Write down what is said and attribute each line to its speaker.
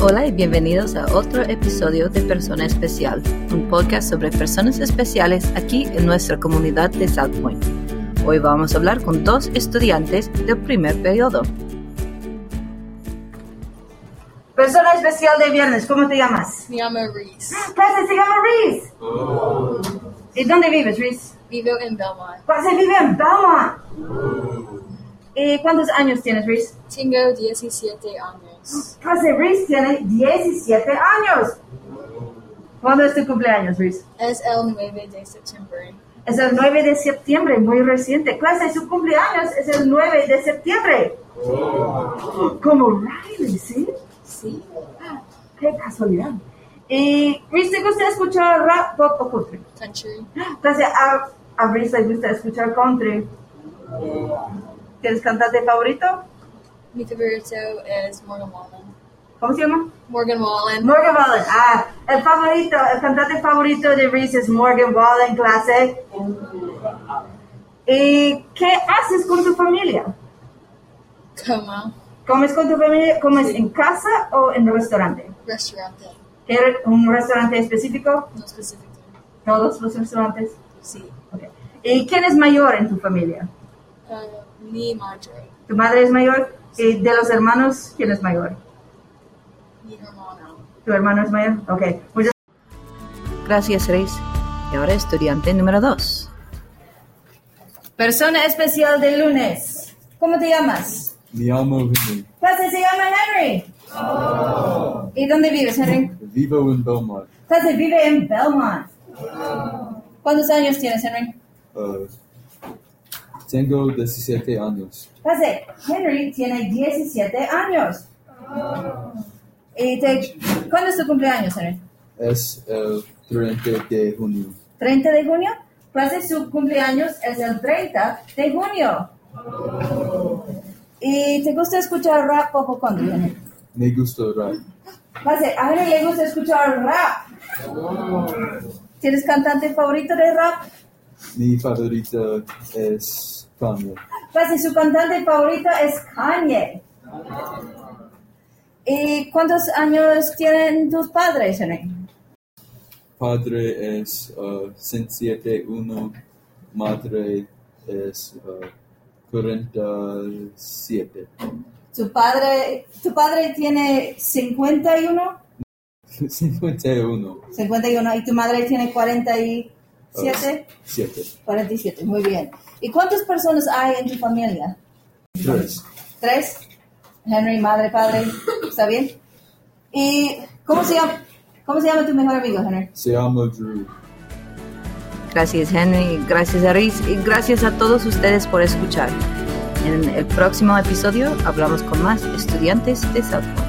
Speaker 1: Hola y bienvenidos a otro episodio de Persona Especial, un podcast sobre personas especiales aquí en nuestra comunidad de South Point. Hoy vamos a hablar con dos estudiantes del primer periodo.
Speaker 2: Persona especial de viernes, ¿cómo te llamas?
Speaker 3: Me llamo Reese.
Speaker 2: Clase, se llama Reese. ¿Y dónde vives, Reese?
Speaker 3: Vivo en Belmont.
Speaker 2: Clase vive en Belmont. ¿Y cuántos años tienes, Reese?
Speaker 3: Tengo 17 años.
Speaker 2: Clase Reese tiene 17 años. ¿Cuándo es tu cumpleaños, Reese?
Speaker 3: Es el 9 de septiembre.
Speaker 2: Es el 9 de septiembre, muy reciente. Clase, su cumpleaños es el 9 de septiembre. Como Riley, ¿sí? Ah,
Speaker 3: Sí.
Speaker 2: Qué casualidad. ¿Y Reese, te gusta escuchar rap, pop o country?
Speaker 3: Country.
Speaker 2: Clase, a, a Reese le gusta escuchar country. ¿Tienes cantante favorito?
Speaker 3: Mi favorito es Morgan Wallen.
Speaker 2: ¿Cómo se llama?
Speaker 3: Morgan Wallen.
Speaker 2: Morgan Wallen. Ah, el favorito, el cantante favorito de Reese es Morgan Wallen, clase. ¿Y qué haces con tu familia?
Speaker 3: Coma.
Speaker 2: ¿Comes con tu familia? ¿Comes en casa o en un restaurante?
Speaker 3: Restaurante.
Speaker 2: ¿Quieres un restaurante específico?
Speaker 3: No específico.
Speaker 2: Todos los restaurantes.
Speaker 3: Sí.
Speaker 2: Ok. ¿Y quién es mayor en tu familia?
Speaker 3: Uh, mi madre.
Speaker 2: ¿Tu madre es mayor? ¿Y de los hermanos, quién es mayor?
Speaker 3: Mi hermano.
Speaker 2: ¿Tu hermano es mayor? Ok. pues Muchas
Speaker 1: Gracias, Reis. Y ahora estudiante número 2.
Speaker 2: Persona especial de lunes. ¿Cómo te llamas?
Speaker 4: Me llamo Henry.
Speaker 2: Clase, se llama Henry. ¿Y dónde vives, Henry?
Speaker 4: Vivo en Belmont.
Speaker 2: Clase, vive en Belmont. ¿Cuántos años tienes, Henry?
Speaker 4: Uh, tengo 17 años.
Speaker 2: Clase, Henry tiene 17 años. ¿Y te- cuándo es tu cumpleaños, Henry?
Speaker 4: Es el 30 de junio.
Speaker 2: ¿30 de junio? Clase, su cumpleaños es el 30 de junio. ¿Y te gusta escuchar rap poco cuando Henry?
Speaker 4: Me gusta rap.
Speaker 2: Clase, a Henry le gusta escuchar rap. ¿Tienes cantante favorito de rap?
Speaker 4: Mi favorita es Kanye.
Speaker 2: Casi su cantante favorita es Kanye. ¿Y cuántos años tienen tus padres, René?
Speaker 4: Padre es uh, 171. Madre es uh, 47.
Speaker 2: Tu padre, tu padre tiene 51,
Speaker 4: 51.
Speaker 2: 51 y tu madre tiene 47,
Speaker 4: 7.
Speaker 2: 47, muy bien. ¿Y cuántas personas hay en tu familia?
Speaker 4: 3.
Speaker 2: ¿Tres? Henry, madre, padre, ¿está bien? ¿Y cómo se llama, cómo se llama tu mejor amigo, Henry?
Speaker 4: Se llama Drew.
Speaker 1: Gracias Henry, gracias a Riz y gracias a todos ustedes por escuchar. En el próximo episodio hablamos con más estudiantes de Southport.